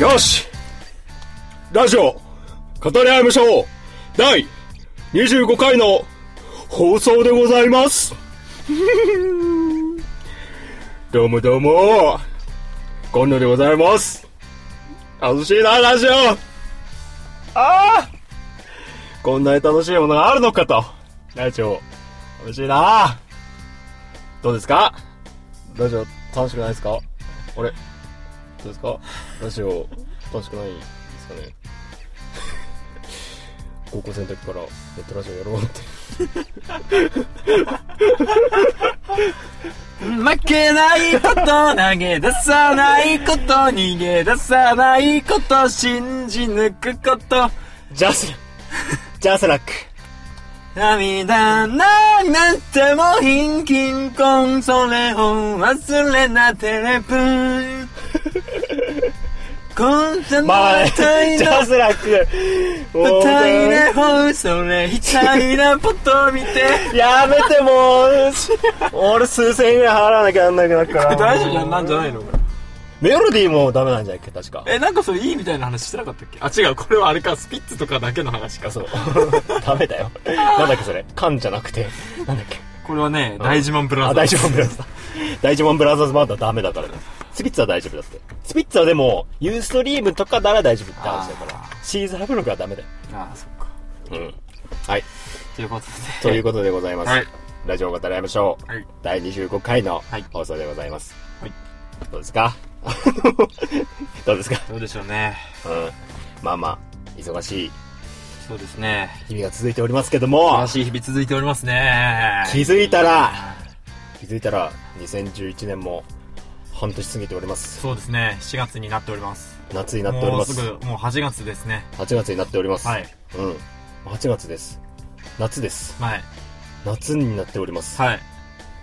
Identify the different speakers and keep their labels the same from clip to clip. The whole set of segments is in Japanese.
Speaker 1: よしラジオ語り合いましょう第25回の放送でございます どうもどうも今野でございます楽しいなラジオああこんなに楽しいものがあるのかとラジオ楽しいなどうですかラジオ楽しくないですかあれどうですかラジオ楽しくないですかね 高校生の時からネットラジオやろうって
Speaker 2: 負けないこと投げ出さないこと逃げ出さないこと信じ抜くこと
Speaker 1: ジャスラ ジャスラック
Speaker 2: 涙ななっても貧金婚それを忘れなテレプンこんな
Speaker 1: まあね、
Speaker 2: 体
Speaker 1: ジ
Speaker 2: の
Speaker 1: ャスラックもう
Speaker 2: 体
Speaker 1: ね
Speaker 2: で放それ額なこと見て
Speaker 1: やめてもう俺数千円ぐらい払わなきゃなんなくなるから
Speaker 2: 大丈夫じゃんなんじゃないの
Speaker 1: メロディーもダメなんじゃないっけ確か
Speaker 2: えなんかそれいいみたいな話してなかったっけあ違うこれはあれかスピッツとかだけの話か
Speaker 1: そう ダメだよなんだっけそれカンじゃなくてなんだっけ
Speaker 2: これはね大自慢ブラ
Speaker 1: あ
Speaker 2: ザー
Speaker 1: 大
Speaker 2: ズ
Speaker 1: ジモンブラザーズだ大ジモンブラザーズバンドはダメだからねスピッツは大丈夫だってスピッツはでもユーストリームとかなら大丈夫って話だから
Speaker 2: あ
Speaker 1: シーズハブロックはダメだよ
Speaker 2: ああそっか
Speaker 1: うんはい
Speaker 2: ということ
Speaker 1: ということでございます、
Speaker 2: はい
Speaker 1: ラジオを語り合いましょう、
Speaker 2: はい
Speaker 1: 第25回の
Speaker 2: はい
Speaker 1: 放送でございます、
Speaker 2: はい
Speaker 1: どうですかどうですか
Speaker 2: でどうでしょうね
Speaker 1: うんまあまあ忙しい
Speaker 2: そうですね
Speaker 1: 日々が続いておりますけども
Speaker 2: 悲しい日々続いておりますね
Speaker 1: 気づいたら気づいたら2011年も半年過ぎております
Speaker 2: そうですね7月になっております
Speaker 1: 夏になっております
Speaker 2: もうすぐもう8月ですね
Speaker 1: 8月になっております、
Speaker 2: はい
Speaker 1: うん8月です夏です
Speaker 2: はい
Speaker 1: 夏になっております、
Speaker 2: はい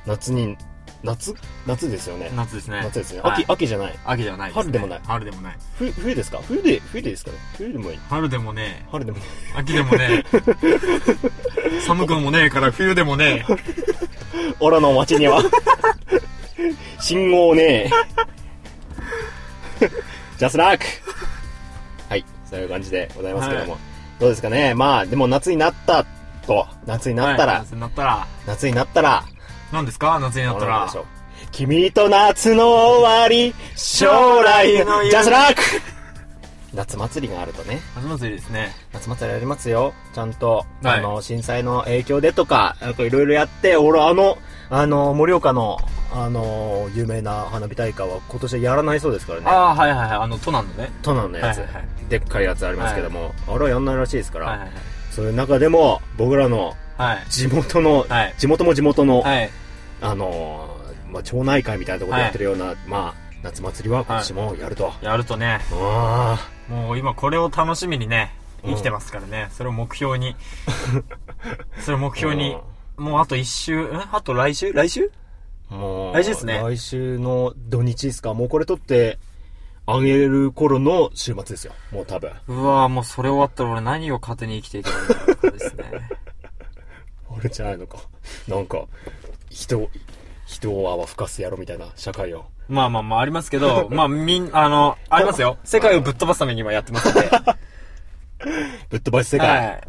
Speaker 1: 夏に夏夏ですよね
Speaker 2: 夏ですね
Speaker 1: 夏ですね、
Speaker 2: はい
Speaker 1: 秋秋じゃない
Speaker 2: 秋ではないです、ね、
Speaker 1: 春でもない
Speaker 2: 春でもない
Speaker 1: 冬冬ですか冬で冬でですかね冬でもいい
Speaker 2: 春でもね
Speaker 1: 春でもいい
Speaker 2: 秋でもね 寒くもねえから冬でもねえ
Speaker 1: 俺の街には 信号ねえ ジャスラックはいそういう感じでございますけども、
Speaker 2: は
Speaker 1: どうですかねまあでも夏になったと夏になったら、
Speaker 2: はい夏になったら
Speaker 1: 夏になったら
Speaker 2: 何ですか夏になった
Speaker 1: どうなん
Speaker 2: ら
Speaker 1: でしょう君と夏の終わり将来のジャスラック夏祭りがあるとね
Speaker 2: 夏祭りですね
Speaker 1: 夏祭りありますよちゃんと、
Speaker 2: はい
Speaker 1: あの震災の影響でとかなんかいろいろやって俺あのあの盛岡のあの有名な花火大会は今年はやらないそうですからね
Speaker 2: ああはいはいはいあの都南のね
Speaker 1: 都内のやつ、
Speaker 2: はいはいはい
Speaker 1: でっかいやつありますけども、あれはやんないらしいですから、
Speaker 2: はいはい
Speaker 1: そういう中でも僕らの
Speaker 2: はい
Speaker 1: 地元の、
Speaker 2: はい
Speaker 1: 地元も地元の、
Speaker 2: はい
Speaker 1: あのーまあ、町内会みたいなところでやってるような、まあ、夏祭りは今年もやると。
Speaker 2: やるとね
Speaker 1: あ
Speaker 2: もう今これを楽しみにね
Speaker 1: うん
Speaker 2: 生きてますからね、それを目標 にそれを目標に、もうあと1週んあと来週来週
Speaker 1: あ、もう、
Speaker 2: 来週ですね
Speaker 1: 来週の土日ですか。もうこれ撮って、あげる頃の週末ですよ。もう多分。
Speaker 2: うわーもうそれ終わったら俺何を糧に生きていけばいいんだろうかですね
Speaker 1: 俺じゃないのか。なんか、人を、人を泡吹かすやろみたいな社会を。
Speaker 2: まあまあまあありますけ どまあみんあのありますよ世界をぶっ飛ばすために今やってますんで
Speaker 1: ぶっ飛ばし世界。
Speaker 2: はい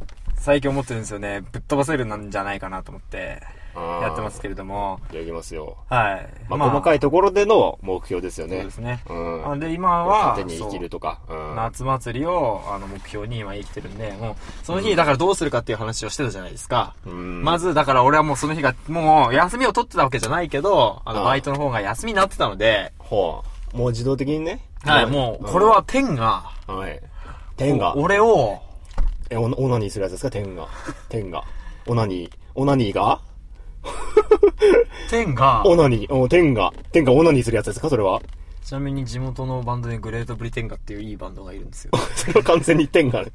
Speaker 2: 最近思ってるんですよねぶっ飛ばせるなんじゃないかなと思ってやってますけれども
Speaker 1: ど。やりますよ。
Speaker 2: はい
Speaker 1: まあ、細か
Speaker 2: い
Speaker 1: いところでの目標ですよ
Speaker 2: そう
Speaker 1: ね
Speaker 2: で。すね、
Speaker 1: うん
Speaker 2: あで今は
Speaker 1: 糧に生きるとか。うん
Speaker 2: 夏祭りをあの目標に今生きてるんで、もう、その日だからどうするかっていう話をしてたじゃないですか。
Speaker 1: うん
Speaker 2: まず、だから俺はもうその日が、もう休みを取ってたわけじゃないけど、あ
Speaker 1: あ
Speaker 2: の、
Speaker 1: あ
Speaker 2: バイトの方が休みになってたので、
Speaker 1: ほう。もう自動的にね。
Speaker 2: はい、もう、これは天が、
Speaker 1: うん。はい。天が。
Speaker 2: お俺を、
Speaker 1: え、オナオナニーするやつですか天が。天が。オナニー。オナニーが
Speaker 2: 天が、
Speaker 1: オナニー。お天が。天がオナニーするやつですかそれは。
Speaker 2: ちなみに地元のバンドでグレートブリテンガっていういいバンドがいる んですよ。
Speaker 1: それは完全に天 が。そ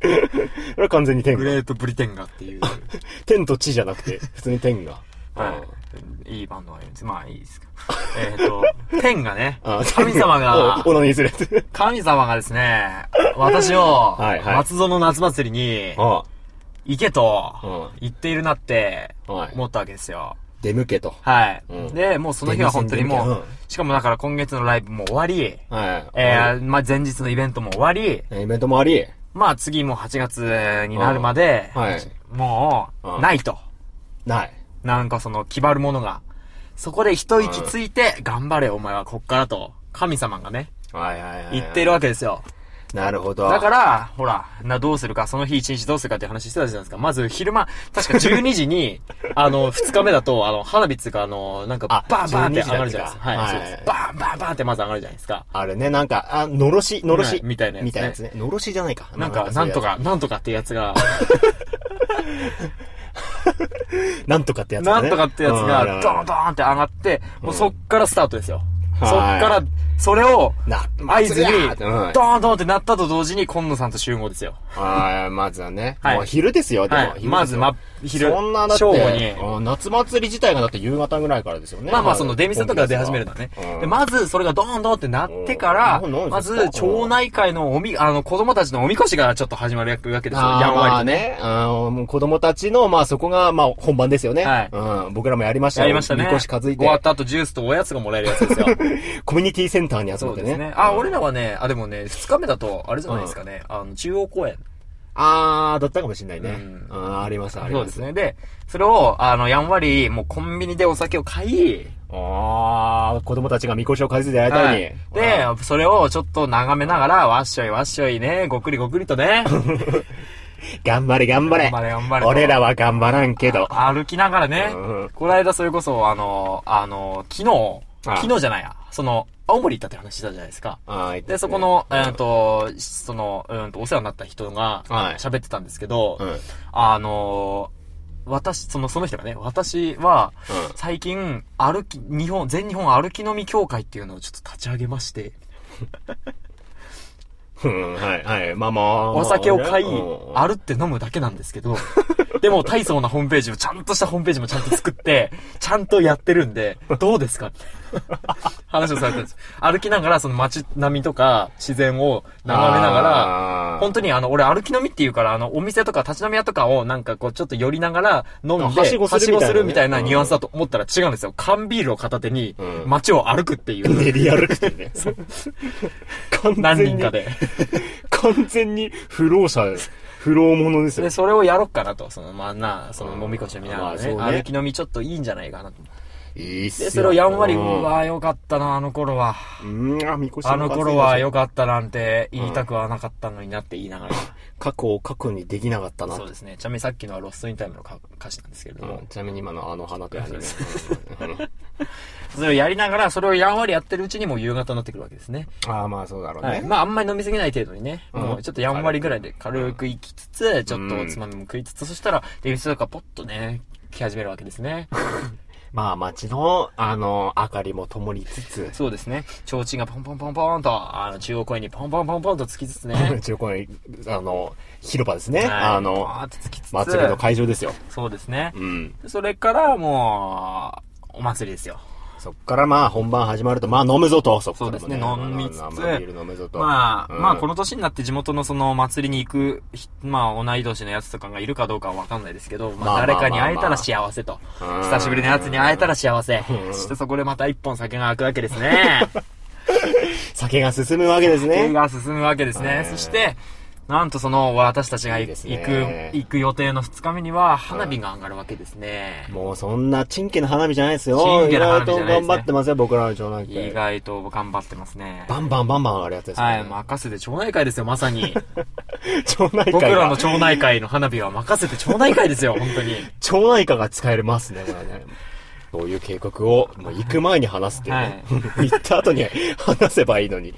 Speaker 1: れは完全に天
Speaker 2: グ
Speaker 1: が。
Speaker 2: レートブリテンガっ ていう、
Speaker 1: 天と地じゃなくて、普通に天が。
Speaker 2: はい、いいバンドがいるんです。まあいいですけど。えっと、天がね、
Speaker 1: あー
Speaker 2: 神様が
Speaker 1: おオナニーするや つ。
Speaker 2: 神様がで すね、私を
Speaker 1: はい、はい
Speaker 2: 松園の夏祭りに、
Speaker 1: あ
Speaker 2: 行けと
Speaker 1: うん、
Speaker 2: 言っているなって、
Speaker 1: はい
Speaker 2: 思ったわけですよ。
Speaker 1: 出向けと。
Speaker 2: はい
Speaker 1: うん。
Speaker 2: で、もうその日は本当に
Speaker 1: 出店
Speaker 2: も
Speaker 1: 出店
Speaker 2: う
Speaker 1: うん、
Speaker 2: しかもだから今月のライブも終わり、
Speaker 1: はい。
Speaker 2: えー、まあ、前日のイベントも終わり、
Speaker 1: えーイベントもあり、
Speaker 2: まあ、次もう8月になるまで、
Speaker 1: うんはい
Speaker 2: も
Speaker 1: う
Speaker 2: う、
Speaker 1: ん
Speaker 2: ないと。
Speaker 1: ない。
Speaker 2: なんかその、決まるものが。そこで一息ついて、頑張れ、お前はこっからと、神様がね、
Speaker 1: はいはいはいはい。
Speaker 2: 言ってるわけですよ。
Speaker 1: なるほど。
Speaker 2: だから、ほら、な、どうするか、その日一日どうするかっていう話してたじゃないですか。まず、昼間、確 か12時に、あの、2日目だと、あの、花火っていうか、あの、なんか、バ
Speaker 1: あ
Speaker 2: ーンバーンって
Speaker 1: 12時だったか
Speaker 2: 上がるじゃないですか。はい、
Speaker 1: はい
Speaker 2: そうです。バーンバーンバーンってまず上がるじゃないですか。
Speaker 1: あれね、なんか、あ、のろし、のろ
Speaker 2: はい
Speaker 1: し。
Speaker 2: みたいなやつね
Speaker 1: みたいなやつね。のろしじゃないか。
Speaker 2: なんか、なんと。か、なんとかってやつが、
Speaker 1: そういうやつなんとかってやつだ
Speaker 2: な
Speaker 1: ね
Speaker 2: んとかってやつ
Speaker 1: うん
Speaker 2: が、ドーンドーンって上がって、もうそっからスタートですよ。そっから、それを、
Speaker 1: な、
Speaker 2: 合図に、ド
Speaker 1: うん
Speaker 2: ーンドーンってなったと同時に、今野さんと集合ですよ。
Speaker 1: はい、まずはね。
Speaker 2: はい
Speaker 1: もう昼ですよ、でも。
Speaker 2: は
Speaker 1: 昼です
Speaker 2: い。
Speaker 1: よ
Speaker 2: まず、ま、昼、
Speaker 1: そんなだって、
Speaker 2: 正午に、
Speaker 1: うん夏祭り自体がだって夕方ぐらいからですよね。
Speaker 2: まあまあその出店とか出始めるのはね。で、まずそれがドーンドーンってなってから
Speaker 1: うんう、ん
Speaker 2: まず町内会のおみ、あの子供たちのおみこしがちょっと始まるわけですよ。や
Speaker 1: や
Speaker 2: ん
Speaker 1: んわり
Speaker 2: わりと。
Speaker 1: ね。あの、もう子供たちの、まあそこが、まあ本番ですよね。
Speaker 2: はい
Speaker 1: うん。僕らもやりましたよ
Speaker 2: やりましたね。
Speaker 1: みこし担い
Speaker 2: 終わっ
Speaker 1: で。
Speaker 2: た後ジュースとおやつがもらえるやつ ですよ。
Speaker 1: コミュニティセンターに集
Speaker 2: そ
Speaker 1: まっ
Speaker 2: う
Speaker 1: て
Speaker 2: です
Speaker 1: ね。
Speaker 2: ね。あ、
Speaker 1: うん
Speaker 2: 俺らはね、あ、でもね、二日目だと、あれじゃないですかね。あの、中央公園。
Speaker 1: あー、だったかもしれないね。
Speaker 2: うん
Speaker 1: あーあります、あり
Speaker 2: そ
Speaker 1: ま。
Speaker 2: うですすね。で、それを、あの、やんわり、もうコンビニでお酒を買い、
Speaker 1: あー、子供たちがみこしを担いでやりたいに。うん
Speaker 2: で、それをちょっと眺めながら、わっしょいわっしょいね、ごくりごくり とね、
Speaker 1: 頑張れ、頑張れ。
Speaker 2: 頑張れ頑張れと
Speaker 1: 俺らは頑張らんけど。
Speaker 2: 歩きながらね
Speaker 1: うん、
Speaker 2: こないだそれこそ、あの、あの、昨日、
Speaker 1: あ
Speaker 2: 昨日じゃないや、その、青森行ったって話したじゃないですか。
Speaker 1: あー
Speaker 2: で、そこの、え
Speaker 1: うん
Speaker 2: っと、その、うんと、お世話になった人が、
Speaker 1: はい
Speaker 2: 喋ってたんですけど
Speaker 1: うん、
Speaker 2: あの、私、その、その人がね、私は
Speaker 1: うん、
Speaker 2: 最近、歩き、日本、全日本歩き飲み協会っていうのをちょっと立ち上げまして、
Speaker 1: うん、はい、はい。まあまあ。
Speaker 2: お酒を買い、
Speaker 1: ある。
Speaker 2: 歩って飲むだけなんですけど、 でも大層なホームページを、ちゃんとしたホームページもちゃんと作って、 ちゃんとやってるんで、どうですかって 話をされたんです。歩きながら、その街並みとか、自然を眺めながら、
Speaker 1: ら
Speaker 2: 本当にあの、俺歩き飲みっていうから、あの、お店とか立ち飲み屋とかをなんかこう、ちょっと寄りながら飲んで、
Speaker 1: はしごするみたいなね
Speaker 2: はしみたいなニュアンスだと思ったら違うんですよ。缶ビールを片手に
Speaker 1: う、ん
Speaker 2: 街を歩くっていう、
Speaker 1: 練り歩くってね。完全に
Speaker 2: 何人か。で。
Speaker 1: 完全に不老者、不老者ですよ
Speaker 2: で、。それをやろっかなと。その、まあな、その、飲みこしを見ながらね,、
Speaker 1: まあそうね
Speaker 2: 歩き飲みちょっといいんじゃないかなと。
Speaker 1: いいっすよ
Speaker 2: で、それをやんわり、う
Speaker 1: うん
Speaker 2: わ、よかったな、あの頃は。
Speaker 1: うん、あ、みこし
Speaker 2: あの頃はよ
Speaker 1: く。
Speaker 2: かったなんて言いたくはなかったのになって言いながら。
Speaker 1: 過去を過去にできなかったな
Speaker 2: そう。ですね。ちなみにさっきのはロストインタイムの歌歌詞なんですけれど
Speaker 1: う
Speaker 2: も、
Speaker 1: んちなみに今のあの花というアニメうん
Speaker 2: それをやりながら、それをやんわりやってるうちにもう夕方になってくるわけですね。
Speaker 1: ああ、まあそうだろう
Speaker 2: はい。
Speaker 1: ね。
Speaker 2: まああんまり飲みすぎない程度にね、
Speaker 1: うん
Speaker 2: もうちょっとやんわりぐらいで軽く行きつつ、ちょっとおつまみも食いつつ、そしたら、出口とかポッとね、来始めるわけですね。
Speaker 1: まあ街の、あの、明かりも灯りつつ、
Speaker 2: そうですね。提灯がポンポンポンポンと、あの、中央公園にポンポンポンポンとつきつつね。
Speaker 1: 中古の、あの、広場です ね。
Speaker 2: はい
Speaker 1: あの、
Speaker 2: わーってつきつつ。
Speaker 1: 祭りの会場ですよ。
Speaker 2: そうですね。
Speaker 1: うん。
Speaker 2: それから、もう、お祭りですよ。
Speaker 1: そっからまあ本番始まると、まあ飲むぞと、そっからも
Speaker 2: そうですね飲みつつ
Speaker 1: まあまあビール飲むぞと。
Speaker 2: まあ、
Speaker 1: うん
Speaker 2: まあ、この年になって地元のその祭りに行く、ひまあ、同い年のやつとかがいるかどうかはわかんないですけど、
Speaker 1: まあ
Speaker 2: ま
Speaker 1: ま
Speaker 2: あ、
Speaker 1: あ
Speaker 2: 誰かに会えたら幸せと。
Speaker 1: うん
Speaker 2: 久しぶりのやつに会えたら幸せ。
Speaker 1: ん
Speaker 2: そしてそこでまた一本酒が開くわけですね。
Speaker 1: 酒が進むわけです
Speaker 2: 映
Speaker 1: ね。
Speaker 2: が進むわけです
Speaker 1: は
Speaker 2: ね
Speaker 1: い。
Speaker 2: そして、なんとその、私たちが
Speaker 1: いい
Speaker 2: 行
Speaker 1: で
Speaker 2: く、
Speaker 1: すね
Speaker 2: 行く予定の2日目には、花火が上がるわけですね。
Speaker 1: もうそんなチンケな花火じゃないですよ。
Speaker 2: チンケな花火じゃないです
Speaker 1: 意外と
Speaker 2: ね
Speaker 1: 頑張ってますよ、僕らの町内
Speaker 2: 意
Speaker 1: 会。
Speaker 2: 外と頑張ってますね。
Speaker 1: バンバンバンバン上がるやつですよ
Speaker 2: はい、
Speaker 1: ね。
Speaker 2: 任せて町内会ですよ、まさに。
Speaker 1: 町内会
Speaker 2: 僕らの
Speaker 1: が、
Speaker 2: 町内会の花火は任せて町内会ですよ、本 当に。
Speaker 1: 町内会が使えますね、これね。そういう計画を、もう行く前に話すっていうね。行った後に話せばいいのに。い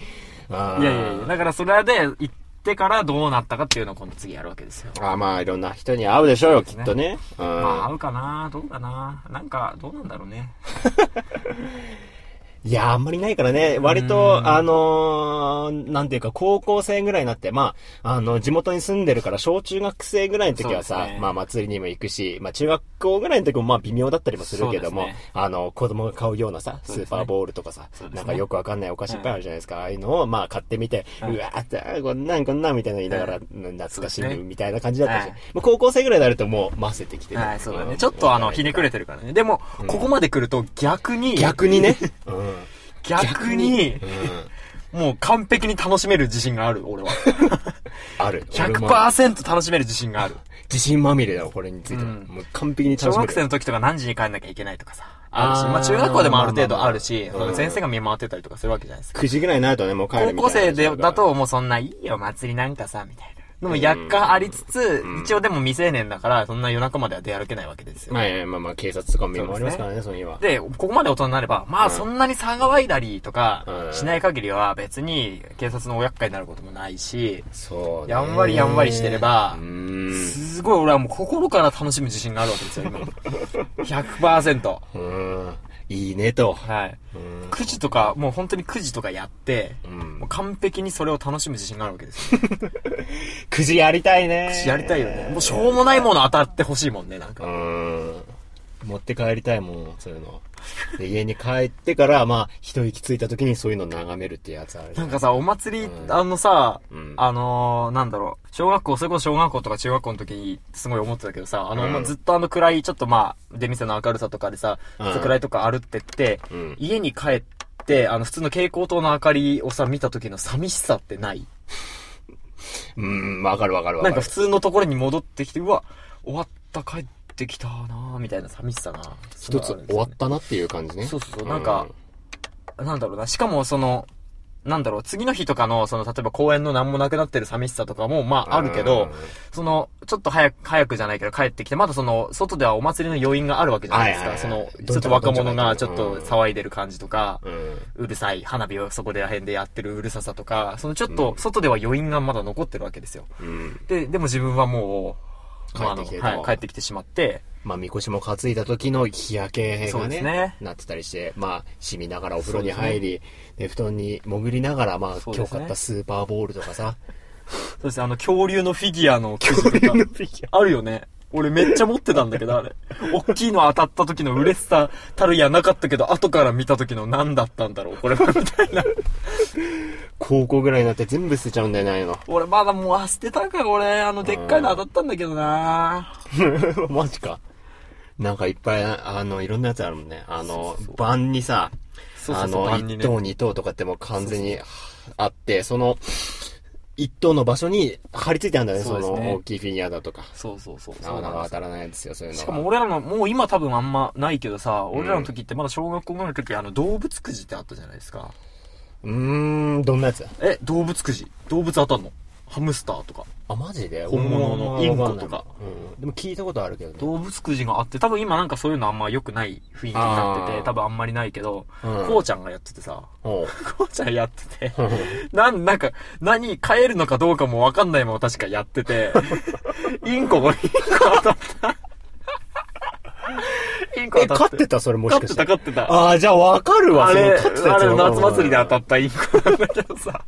Speaker 1: や
Speaker 2: いやいやいや、だからそれで行ってからどうなったかっていうのを今度次やるわけですよ。
Speaker 1: あーまあいろんな人に会うでしょうよ、きっとね。うん。
Speaker 2: まあ、合うかなどうかななんか、どうなんだろうね。
Speaker 1: いや、あんまりないからね。割と、あのーなんていうか、高校生ぐらいになって、まあ、あの、地元に住んでるから、小中学生ぐらいの時は
Speaker 2: そう
Speaker 1: さ、
Speaker 2: ですね
Speaker 1: まあ、祭りにも行くし、まあ、中学校ぐらいの時も、まあ、微妙だったりもするけども、
Speaker 2: そうですね
Speaker 1: あの、子供が買うようなさ、
Speaker 2: そう
Speaker 1: ス
Speaker 2: ですね
Speaker 1: ーパーボールとかさ、
Speaker 2: そうですね
Speaker 1: なんかよくわかんないお菓子いっぱいあるじゃないですか。ああいうのを、まあ、買ってみて、うわーって、あーこんなんこんなんみたいなの言いながら、懐かし
Speaker 2: そうで
Speaker 1: む
Speaker 2: すね
Speaker 1: みたいな感じだったし、
Speaker 2: はい
Speaker 1: もう高校生ぐらいになるともう、ませてきてね
Speaker 2: はい、そうだね。 ちょっとあの、ひねくれてるからね。でも、ここまで来ると逆に、
Speaker 1: 逆にね。うん。
Speaker 2: 逆に
Speaker 1: う、ん。
Speaker 2: もう完璧に楽しめる自信がある、俺は。
Speaker 1: ある。俺も
Speaker 2: 100%楽しめる自 信がある。
Speaker 1: 自信まみれだわ、これについては。
Speaker 2: うん
Speaker 1: もう完璧に
Speaker 2: 小
Speaker 1: 楽しめ
Speaker 2: 学
Speaker 1: る。
Speaker 2: 生の時とか何時に帰んなきゃいけないとかさ。あるし、
Speaker 1: あー
Speaker 2: まあ中学校でもある程度ある
Speaker 1: ま
Speaker 2: し、
Speaker 1: あまあまあ
Speaker 2: 先生が見回ってたりとかするわけじゃないですか。
Speaker 1: 9時ぐらいになるとね、もう帰るみ
Speaker 2: 高
Speaker 1: たいな
Speaker 2: 校。生でだ。ともうそんないいよ、祭りなんかさ、みたいな。のも若干ありつつ、一応でも未成年だから、そんな夜中までは出歩けないわけですよ。
Speaker 1: まあ、いやまあまあ、警察とかも見回りますからね、その日は。
Speaker 2: で、ここまで大人になれば、まあそんなに騒いだりとか
Speaker 1: うん
Speaker 2: しない限りは別に警察のお厄介になることもないし、
Speaker 1: そうね
Speaker 2: やんわりやんわりしてれば
Speaker 1: う、ーん。
Speaker 2: すごい俺はもう心から楽しむ自信があるわけですよ、今。100%。
Speaker 1: うん。いいねと。
Speaker 2: はい。
Speaker 1: うん。
Speaker 2: 9時とか、もう本当に9時とかやって、
Speaker 1: うん
Speaker 2: もう完璧にそれを楽しむ自信があるわけですよ。
Speaker 1: 9時やりたいね。
Speaker 2: やりたいよね。もうしょうもないもの当たってほしいもんね、なん
Speaker 1: う
Speaker 2: か。
Speaker 1: ーん。持って帰りたいもん、そういうの。で、家に帰ってから、まあ、一息ついた時にそういうのを眺めるってやつある。
Speaker 2: なんかさ、お祭り
Speaker 1: う、ん
Speaker 2: あのさ、
Speaker 1: うん
Speaker 2: あのー、なんだろう、小学校、それこそ小学校とか中学校の時にすごい思ってたけどさ、あの、
Speaker 1: うん
Speaker 2: まあずっとあの暗い、ちょっとまあ、出店の明るさとかでさ、
Speaker 1: うん
Speaker 2: 暗いとか歩ってって、
Speaker 1: うん
Speaker 2: 家に帰って、あの、普通の蛍光灯の明かりをさ、見た時の寂しさってない
Speaker 1: うん、わかるわかるわ
Speaker 2: な
Speaker 1: か
Speaker 2: ん
Speaker 1: る。
Speaker 2: か普通のところに戻ってきて、うわ、終わった、帰ってきたなぁ、みたいな寂しさな
Speaker 1: 一つ終わったなっていう感じね。
Speaker 2: そうそうそうなんかなんだろうな。しかもその、なんだろう、次の日とかの、その、例えば公園の何もなくなってる寂しさとかも、ま
Speaker 1: うん、
Speaker 2: ああるけど、その、ちょっと早く、早くじゃないけど帰ってきて、まだその、外ではお祭りの余韻があるわけじゃないです
Speaker 1: は
Speaker 2: か。
Speaker 1: い
Speaker 2: そ
Speaker 1: はいはい
Speaker 2: の、ちょっと若者がち
Speaker 1: ど
Speaker 2: ょ
Speaker 1: ん
Speaker 2: っ
Speaker 1: ちゃかどんちゃか
Speaker 2: と騒いでる感じとか、
Speaker 1: うん、うん。
Speaker 2: うるさい、花火をそこでら辺でやってるうるささとか、そのちょっと、外では余韻がまだ残ってるわけですよ。
Speaker 1: うん。
Speaker 2: で、でも自分はもう、まああの
Speaker 1: 帰ってきて
Speaker 2: はい
Speaker 1: と
Speaker 2: 帰ってきてしまって、
Speaker 1: まあ、みこしも担いだ時の日焼け
Speaker 2: そ
Speaker 1: が
Speaker 2: う
Speaker 1: ね、
Speaker 2: ですね
Speaker 1: なってたりして、まあ、染みながらお風呂に入り、で布団に潜りながら、まあ、
Speaker 2: そう
Speaker 1: 今
Speaker 2: で
Speaker 1: 日
Speaker 2: すね
Speaker 1: 買ったスーパーボールとかさ、
Speaker 2: そうですね、あの、恐竜のフィギュアの記事とか、あるよね。俺めっちゃ持ってたんだけど、あれ。大きいの当たった時の嬉しさたるやなかったけど、後から見た時の何だったんだろう、これは、み たいな。
Speaker 1: 高校ぐらいになって全部捨てちゃうんだよないの。
Speaker 2: 俺まだもう、あ、捨てたんか、これ。あの、でっかいの当たったんだけどな
Speaker 1: マジか。なんかいっぱい、あの、いろんなやつあるもんね。あの、盤にさ、
Speaker 2: そうそうそう
Speaker 1: あ
Speaker 2: 盤
Speaker 1: の、
Speaker 2: に
Speaker 1: 一
Speaker 2: ね
Speaker 1: 等二等とかってもう完全にあって、その、一等の場所に貼り付いてあるんだよね、
Speaker 2: そ
Speaker 1: そう
Speaker 2: ですね
Speaker 1: の大きいフィギュアだとか。
Speaker 2: そうそうそう。
Speaker 1: な
Speaker 2: そ
Speaker 1: か
Speaker 2: う
Speaker 1: な
Speaker 2: な
Speaker 1: か
Speaker 2: んで
Speaker 1: 当
Speaker 2: すよ
Speaker 1: たらないんですよ、そういうのは。
Speaker 2: しかも俺らの、もう今多分あんまないけどさ、俺らの時ってまだ小学校ぐらいの時、あの、動物くじってあったじゃないですか。
Speaker 1: うーん、どんなやつ
Speaker 2: え、動物くじ動物当たんのハムスターとか。
Speaker 1: あ、マジで
Speaker 2: 本物の
Speaker 1: 俺も
Speaker 2: イン
Speaker 1: わ
Speaker 2: コとか
Speaker 1: んないもんうん。でも聞いたことあるけどね。
Speaker 2: 動物くじがあって、多分今なんかそういうのあんま良くない雰囲気になって
Speaker 1: あ
Speaker 2: て、
Speaker 1: ー
Speaker 2: 多分あんまりないけど、
Speaker 1: うん
Speaker 2: こうちゃんがやってて さ、
Speaker 1: おう
Speaker 2: こうちゃんやってて、なん、なんか、何、買えるのかどうかもわかんないまま確かやって て、インコが、インコ当たった。インコ
Speaker 1: え、
Speaker 2: 当た
Speaker 1: 飼
Speaker 2: っ。
Speaker 1: っててたそれもし
Speaker 2: 勝
Speaker 1: か
Speaker 2: っ
Speaker 1: してて
Speaker 2: た、。勝ってた。
Speaker 1: ああ、じゃあわかるわ、
Speaker 2: あれ、
Speaker 1: その飼ってたや
Speaker 2: あ
Speaker 1: つ
Speaker 2: れ夏祭りで当た
Speaker 1: っ
Speaker 2: ったインコなんだけどさ、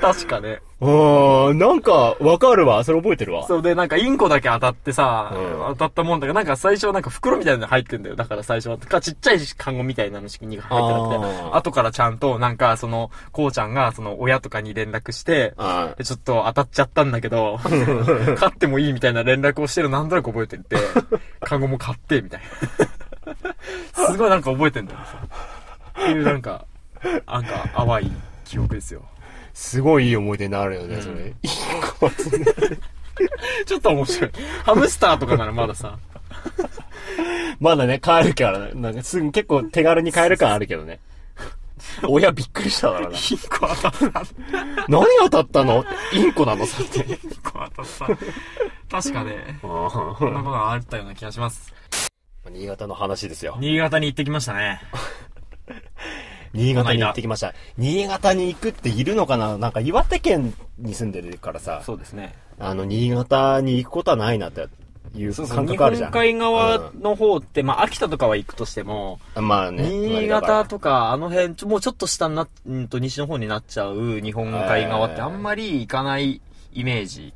Speaker 2: 確かね。
Speaker 1: た。うん、なんかわかるわ、それ覚えてるわ。
Speaker 2: そうで、なんかインコだけ当たってさ、
Speaker 1: うん
Speaker 2: 当たったもんだから、なんか最初はなんか袋みたいなの入ってんだよ。だから最初は。か、ちっちゃい看護みたいなの式に入ってなく
Speaker 1: あ
Speaker 2: て、
Speaker 1: ー
Speaker 2: 後からちゃんと、なんかその、こうちゃんがその親とかに連絡して、
Speaker 1: あ
Speaker 2: でちょっと当たっちゃったんだけど、買ってもいいみたいな連絡をしてるのなんとなく覚えてて、看護も買って、みたいな。すごいなんか覚えてんだよさ。っていうなんか、なんか淡い記憶ですよ。
Speaker 1: すごいいい思い出になるよね、それ。インコはね
Speaker 2: ちょっと面白い。ハムスターとかならまださ、
Speaker 1: まだね、帰るからね。なんかすぐ結構手軽に帰る感あるけど ね。親びっくりしたからな。
Speaker 2: インコ当たった。
Speaker 1: 何当たったのインコなのさって。
Speaker 2: 構当たった。確かね、こんなことがあったような気がします。
Speaker 1: 新潟の話ですよ。
Speaker 2: 新潟に行ってきましたね。
Speaker 1: 新潟に行ってきました。新潟に行くっているのかななんか岩手県に住んでるからさ、
Speaker 2: そうですね。
Speaker 1: あの、新潟に行くことはないなっていう感
Speaker 2: 日
Speaker 1: 覚あるじゃ
Speaker 2: 本
Speaker 1: ん。
Speaker 2: 海側の方って、まあ、秋田とかは行くとしても、
Speaker 1: うんまあね。
Speaker 2: 新潟とか、あの辺、ちょもうちょっと下にな、うんと西の方になっちゃう日本海側って
Speaker 1: えー
Speaker 2: あんまり行かないイメージ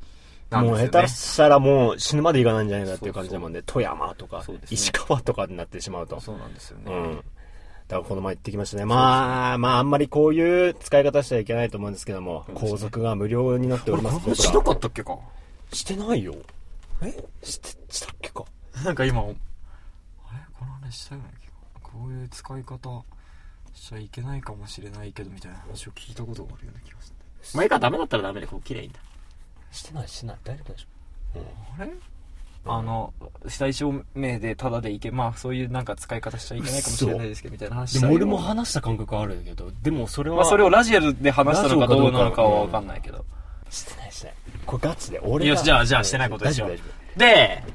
Speaker 2: なん
Speaker 1: も
Speaker 2: で
Speaker 1: う
Speaker 2: すよ
Speaker 1: 下手
Speaker 2: ね。
Speaker 1: したらもう死ぬまで行かないんじゃないかっていう感じだもんね。富山とか、
Speaker 2: そうですね
Speaker 1: 石川とかになってしまうと。
Speaker 2: そうなんですよ
Speaker 1: う
Speaker 2: ね。
Speaker 1: ん。だからこの前行ってきましたね。まあ、まああんまりこういう使い方しちゃいけないと思うんですけども、皇族が無料になっております
Speaker 2: これしなかったっけか
Speaker 1: してないよ。えして、したっけか
Speaker 2: なんか今、あれこの話したような気が。こういう使い方しちゃいけないかもしれないけど、みたいな話を聞いたことがあるような気がする。前からダメだったらダメで、こう、綺麗に。
Speaker 1: してないしてない大丈夫でしょ
Speaker 2: あれあの、最小名でタダでいけ、まあ、そういうなんか使い方しちゃいけないかもしれないですけど、みたいな話し
Speaker 1: で
Speaker 2: た
Speaker 1: も
Speaker 2: よ
Speaker 1: 俺も話した感覚あるけどでもそれは、
Speaker 2: まあ、それをラジオで話したのか
Speaker 1: ラジオか
Speaker 2: ど
Speaker 1: ど
Speaker 2: う
Speaker 1: うか
Speaker 2: なのかはわかんないけど。
Speaker 1: してないしてないこれガチで俺が
Speaker 2: よし、じゃあ、じゃあ、してないことでしょ
Speaker 1: 大丈夫大丈夫。
Speaker 2: で、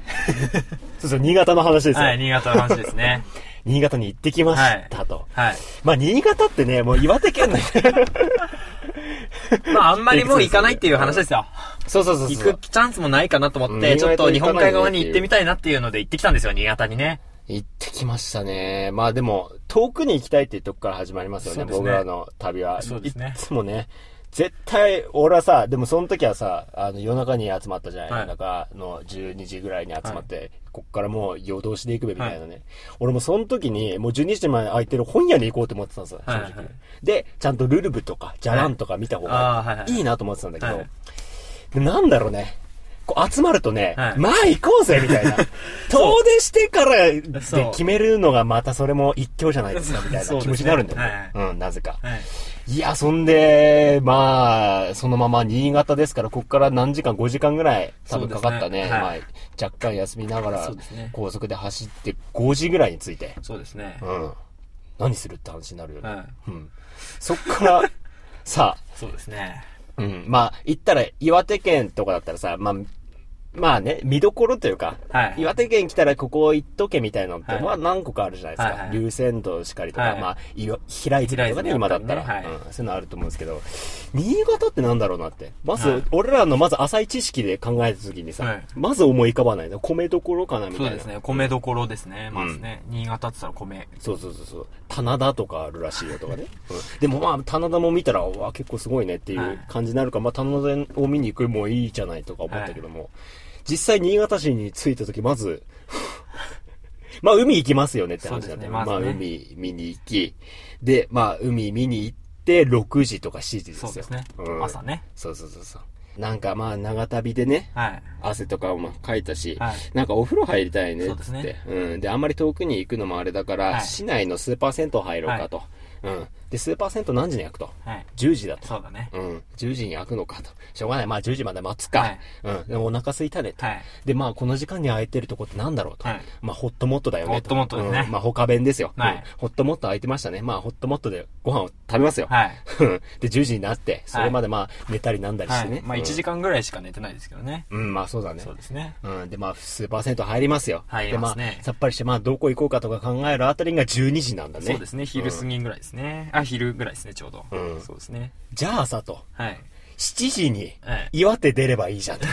Speaker 1: そうそう新潟の話ですよ、
Speaker 2: はい、新潟の話です ね。
Speaker 1: 新潟に行ってきましたと、
Speaker 2: はい。
Speaker 1: まあ新潟ってねもう岩手県 の
Speaker 2: まあ、あんまりもう行かないっていう話ですよ。
Speaker 1: そうそうそう
Speaker 2: 行
Speaker 1: そう
Speaker 2: くチャンスもないかなと思っ
Speaker 1: う
Speaker 2: て、
Speaker 1: ん
Speaker 2: ちょっと日本海側に行ってみたいなっていうので行ってきたんですよ、新潟にね。
Speaker 1: 行ってきましたね。まあでも、遠くに行きたいっていうとこから始まりますよ
Speaker 2: そ
Speaker 1: ね、
Speaker 2: うですね
Speaker 1: 僕らの旅は。
Speaker 2: そうですね
Speaker 1: いつもね、絶対、俺はさ、でもその時はさ、あの夜中に集まったじゃない、
Speaker 2: はい
Speaker 1: 夜中の12時ぐらいに集まって、こっからもう夜通しで行くべみたいなね。俺もその時に、もう12時まで空いてる本屋に行こうと思ってたんですよ、正
Speaker 2: はい
Speaker 1: 直。
Speaker 2: はいはい
Speaker 1: で、ちゃんとルルブとか、ジャランとか見た方
Speaker 2: はいあーはいは
Speaker 1: が
Speaker 2: い
Speaker 1: いいなと思ってたんだけど、
Speaker 2: はい
Speaker 1: でなんだろうね。こう集まるとね、
Speaker 2: はい
Speaker 1: まあ行こうぜみた いな。遠出してからで
Speaker 2: そう
Speaker 1: 決めるのがまたそれも一興じゃないですか
Speaker 2: そう
Speaker 1: みたい
Speaker 2: そう
Speaker 1: な
Speaker 2: です
Speaker 1: 気
Speaker 2: ね
Speaker 1: 持ちになるんだよね。うん、なぜか。
Speaker 2: はい。
Speaker 1: いや、そんで、まあ、そのまま新潟ですから、ここから何時間、5時間ぐらい多分かかったね。
Speaker 2: そうですね
Speaker 1: ま
Speaker 2: は
Speaker 1: あ
Speaker 2: い、
Speaker 1: 若干休みながら
Speaker 2: そうですね
Speaker 1: 高速で走って5時ぐらいに着いて。
Speaker 2: そうですね
Speaker 1: う。ん。何するって話になるよね。
Speaker 2: はい。
Speaker 1: うん。そっから、さあ、
Speaker 2: そうですね。
Speaker 1: うん。まあ、行ったら、岩手県とかだったらさ、まあ、まあね、見どころというか、
Speaker 2: はい
Speaker 1: 岩手県来たらここ行っとけみたいなのって、
Speaker 2: はい
Speaker 1: まあ何個かあるじゃないです
Speaker 2: はい
Speaker 1: か。
Speaker 2: はい
Speaker 1: 龍仙洞しかりとか、
Speaker 2: はい
Speaker 1: まあ、岩平泉とかね、
Speaker 2: 平泉
Speaker 1: 今
Speaker 2: だ
Speaker 1: だっ
Speaker 2: っ
Speaker 1: たた
Speaker 2: ら
Speaker 1: ら、
Speaker 2: ねはい
Speaker 1: うん、そういうのあると思うんですけど、新潟ってなんだろうなって。まず、
Speaker 2: はい
Speaker 1: 俺らのまず浅い知識で考えた時にさ、
Speaker 2: はい
Speaker 1: まず思い浮かばないの。米どころかなみたい
Speaker 2: そ
Speaker 1: な。
Speaker 2: うですね。米どころですね。まずね。新潟って言ったら米。
Speaker 1: そうそうそうそう。棚田とかあるらしいよとか ね。うん、でもまあ、棚田も見たら、うわ、結構すごいねってい
Speaker 2: はいう
Speaker 1: 感じになるから、まあ、棚田を見に行くもいいじゃないとか思ったけども、実際新潟市に着いた時、まず、 まあ、海行きますよねって話だ
Speaker 2: そ
Speaker 1: った
Speaker 2: うですね
Speaker 1: よ
Speaker 2: まず
Speaker 1: ま
Speaker 2: ね
Speaker 1: あ、海見に行き、で、まあ、海見に行って、6時とか7時ですよ。
Speaker 2: そうですね
Speaker 1: う。ん
Speaker 2: 朝ね。
Speaker 1: そうそうそうそう。なんかまあ、長旅でね、
Speaker 2: はい。
Speaker 1: 汗とかもかいたし、
Speaker 2: はい
Speaker 1: なんかお風呂入りたいねっ
Speaker 2: そう
Speaker 1: つ
Speaker 2: で
Speaker 1: っ
Speaker 2: す
Speaker 1: て
Speaker 2: ね
Speaker 1: うん、であんまり遠くに行くのもあれだから、
Speaker 2: はい
Speaker 1: 市内のスーパー銭湯入ろうかと、うん、でスーパー銭湯何時に開くと
Speaker 2: はい。
Speaker 1: 10時だと。
Speaker 2: そうだね。
Speaker 1: うん。10時に開くのかと。しょうがない。まあ10時まで待つか。
Speaker 2: はい
Speaker 1: うん。でもお腹空いたねと。
Speaker 2: はい。
Speaker 1: で、まあこの時間に空いてるとこってなんだろうと。
Speaker 2: はい
Speaker 1: まあホットモットだよねと。
Speaker 2: ホットモットですね
Speaker 1: うんまあ他弁ですよ、
Speaker 2: はい
Speaker 1: うんホットモット空いてましたね。まあホットモットでご飯を食べますよ。
Speaker 2: はい。
Speaker 1: うんで、10時になって、それまでまあ寝たりなんだりし
Speaker 2: は
Speaker 1: てね。
Speaker 2: い。まあ、1時間ぐらいしか寝てないですけどね。
Speaker 1: うん、うん、まあそうだね。
Speaker 2: そうですね。
Speaker 1: うん、で、まあ、スーパー銭湯入りますよ。
Speaker 2: 入りますね
Speaker 1: で、まあ、さっぱりして、まあ、どこ行こうかとか考えるあたりが12時なんだね。
Speaker 2: そうですね。昼過ぎぐらいですね。あ、昼ぐらいですね、ちょうど
Speaker 1: う。ん
Speaker 2: そうですね。
Speaker 1: じゃあさ、と、
Speaker 2: はい。
Speaker 1: 7時に
Speaker 2: はい、
Speaker 1: 岩手出ればいい じゃんと。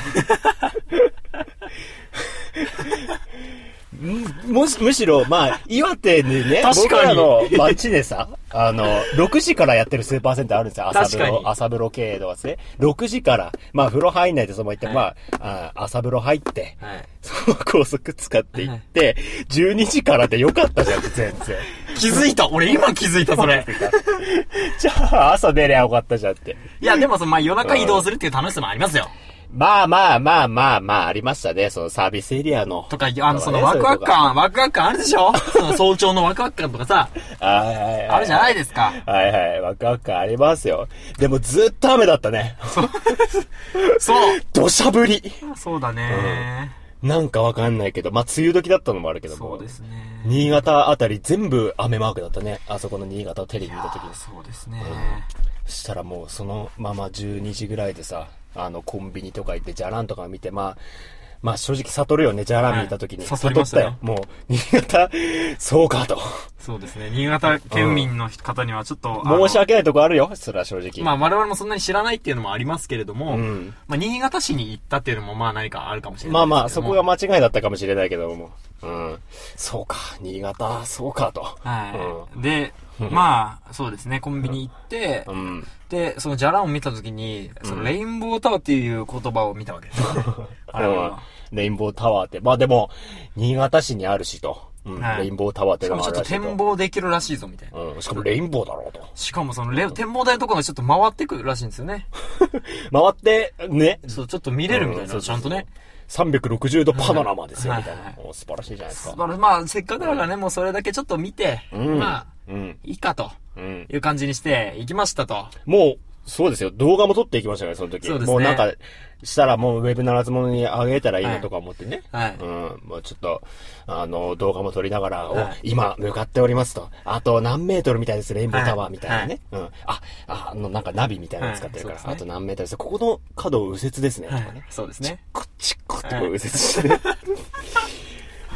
Speaker 1: んもし、むしろ、まあ、岩手にね、
Speaker 2: 確
Speaker 1: 僕
Speaker 2: からに
Speaker 1: の街でさ、あの、6時からやってるスーパーセンターあるんですよ。朝風
Speaker 2: 確か
Speaker 1: 呂
Speaker 2: に、
Speaker 1: 朝風呂系のはですね。6時から、まあ、風呂入んないでそのまま行って、
Speaker 2: は
Speaker 1: まああ、朝風呂入って、
Speaker 2: はい。
Speaker 1: その高速使っていって、12時からでよかったじゃん、全然。
Speaker 2: 気づいた俺今気づいた、それ。
Speaker 1: じゃあ、朝出りゃよかったじゃんって。
Speaker 2: いや、でもその、まあ、夜中移動するっていう楽しさもありますよ。
Speaker 1: まあまあまあまあまあ、ありましたね。そのサービスエリアの。
Speaker 2: とか、あの、その
Speaker 1: とか
Speaker 2: ワ
Speaker 1: ね
Speaker 2: クワク。感、ワクワク感あるでしょその早朝のワクワク感とかさ、あ
Speaker 1: あ
Speaker 2: るじゃない
Speaker 1: で
Speaker 2: ですか。
Speaker 1: すか。はいはい、ワクワク感ありますよ。でもずっと雨だったね。
Speaker 2: そう
Speaker 1: 土砂降り。
Speaker 2: そうだね、
Speaker 1: なんかわかんないけど、まあ梅雨時だったのもあるけども。
Speaker 2: そうですね。
Speaker 1: 新潟あたり全部雨マークだったね。あそこの新潟をテレビ見た時に。
Speaker 2: そうですね。
Speaker 1: したらもうそのまま12時ぐらいでさあのコンビニとか行ってじゃらんとか見てまあまあ正直悟るよねじゃらん見た時に、
Speaker 2: はい悟りましたよ
Speaker 1: 悟もう新潟そうかと
Speaker 2: そうですね。新潟県民の方にはちょっと、あの
Speaker 1: 申し訳ないとこあるよそれは正直、
Speaker 2: まあ我々もそんなに知らないっていうのもありますけれども、
Speaker 1: うん
Speaker 2: まあ新潟市に行ったっていうのもまあ何かあるかもしれ
Speaker 1: ま
Speaker 2: な
Speaker 1: あ
Speaker 2: いですけども。
Speaker 1: まあそこが間違いだったかもしれないけどもうんそうか新潟そうかと
Speaker 2: はい。で、まあ、そうですね、コンビニ行って、
Speaker 1: うん、うん
Speaker 2: で、そのジャランを見たときに、そのレインボータワーっていう言葉を見たわけですよね。あ
Speaker 1: あ
Speaker 2: れ
Speaker 1: れ
Speaker 2: は
Speaker 1: は。レインボータワーってまあでも新潟市にあるしと、うん
Speaker 2: はい
Speaker 1: レインボータワーって
Speaker 2: しか
Speaker 1: の
Speaker 2: も
Speaker 1: が
Speaker 2: ち
Speaker 1: あ
Speaker 2: ょ
Speaker 1: る
Speaker 2: っと
Speaker 1: らしいと
Speaker 2: 展望できるらしいぞ、みたいな。
Speaker 1: うん、しかもレインボーだろうと
Speaker 2: しかもそのレ、展望台のところがちょっと回ってくるらしいんですよね。
Speaker 1: 回ってね
Speaker 2: そう、ちょっと見れるみたい
Speaker 1: そ
Speaker 2: な、
Speaker 1: う
Speaker 2: ちゃんとね。
Speaker 1: 360度パノラマですよ、
Speaker 2: はい
Speaker 1: みたいな
Speaker 2: は。
Speaker 1: お素晴らしいじゃないです
Speaker 2: 素
Speaker 1: か。
Speaker 2: 晴らしいまあ、せっかくだからね、もうそれだけちょっと見て、
Speaker 1: うん
Speaker 2: まあ、
Speaker 1: うん。
Speaker 2: いいかと。
Speaker 1: うん。
Speaker 2: いう感じにして、行きましたと。
Speaker 1: もう、そうですよ。動画も撮っていきましたから、その時。
Speaker 2: そうですね
Speaker 1: もうなんか、したらもうウェブならず者にあげたらいいなとか思ってね。
Speaker 2: はい
Speaker 1: うん。もうちょっと、あの、動画も撮りながら、
Speaker 2: は
Speaker 1: お
Speaker 2: い
Speaker 1: 今、向かっておりますと。あと何メートルみたいです、レインボータワーみたいなね。うん。あ、ああの、なんかナビみたいなの使ってるから、
Speaker 2: はいそう
Speaker 1: あ
Speaker 2: です
Speaker 1: と何メートルです。ここの角を右折ですね、と
Speaker 2: は
Speaker 1: か
Speaker 2: い
Speaker 1: ね。。
Speaker 2: そうですね。
Speaker 1: こっちこってこう右折してね。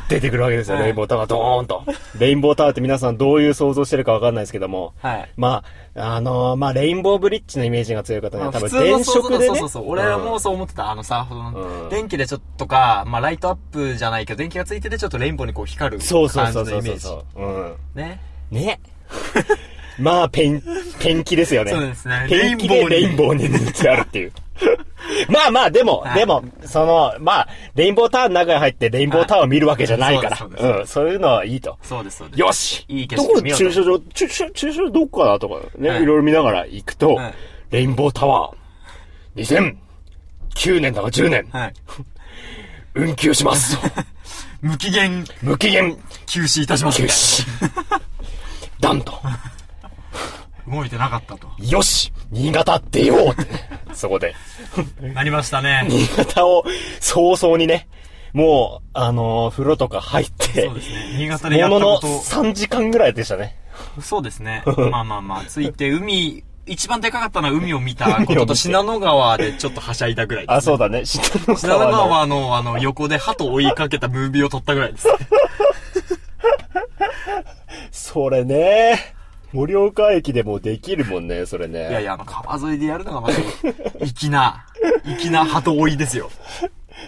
Speaker 1: 出てくるわけですよ、レインボータワー、ドーンと。レインボータワーって皆さんどういう想像してるかわかんないですけども、
Speaker 2: はい。
Speaker 1: まあ、あのーまあ、レインボーブリッジのイメージが強い方に
Speaker 2: まあ
Speaker 1: は多分
Speaker 2: 普通の
Speaker 1: 電
Speaker 2: 想像
Speaker 1: 飾でね。
Speaker 2: そうそうそう。俺はもうそう思ってた。あのさ、その電気でちょっとか、まあライトアップじゃないけど、電気がついててちょっとレインボーにこう光
Speaker 1: う
Speaker 2: る
Speaker 1: ん
Speaker 2: 感
Speaker 1: そうそうそ
Speaker 2: じ
Speaker 1: う
Speaker 2: の
Speaker 1: そ
Speaker 2: イ
Speaker 1: うそう
Speaker 2: メージ。
Speaker 1: そう。うん。
Speaker 2: ね。
Speaker 1: ね。 まあ、ペン、ペンキですよね。
Speaker 2: そうですね
Speaker 1: ペンキで
Speaker 2: レ
Speaker 1: レ
Speaker 2: イ
Speaker 1: イ
Speaker 2: ン
Speaker 1: ン
Speaker 2: ボ
Speaker 1: ボーに塗ってあるっていう。 まあまあ、でも、
Speaker 2: はい
Speaker 1: でも、その、まあ、レインボータワーの中に入ってレインボータワーを見るわけじゃないから。
Speaker 2: はいそうですそうです
Speaker 1: うん、そういうのはいいと。
Speaker 2: そうです、そうです。
Speaker 1: よし
Speaker 2: いい景
Speaker 1: ど
Speaker 2: 色
Speaker 1: こ
Speaker 2: 見ようと
Speaker 1: 駐車場、駐車、駐車場どこかなとかね、
Speaker 2: はい
Speaker 1: い、ろいろ見ながら行くと、
Speaker 2: はい
Speaker 1: レインボータワー、2009年だか10年、
Speaker 2: はい。
Speaker 1: 運休し ます。
Speaker 2: 無期限
Speaker 1: 無期限
Speaker 2: 休止いたします
Speaker 1: 休
Speaker 2: みたい
Speaker 1: 止。ダンと。
Speaker 2: な。動いてなかったと。
Speaker 1: よし新潟出ようって。そこで。
Speaker 2: なりましたね。
Speaker 1: 新潟を早々にね、もう、あのー風呂とか入って、
Speaker 2: そうですね。新潟でや
Speaker 1: も
Speaker 2: った
Speaker 1: の
Speaker 2: こ
Speaker 1: の
Speaker 2: と
Speaker 1: 3時間ぐらいでしたね。
Speaker 2: そうで すね。まあまあまあ、ついて海、一番でかかったのは海を見たことと信濃川でちょっとはしゃいだぐらいです、ね。
Speaker 1: あ、そうだね。信濃
Speaker 2: 信濃
Speaker 1: 川の
Speaker 2: 川のあの横で鳩追いかけたムービーを撮ったぐらいです。
Speaker 1: それね。盛岡駅でもできるもんね、それね。
Speaker 2: いやいや、あの川沿いでやるのがまず、粋な、 粋な鳩追いですよ。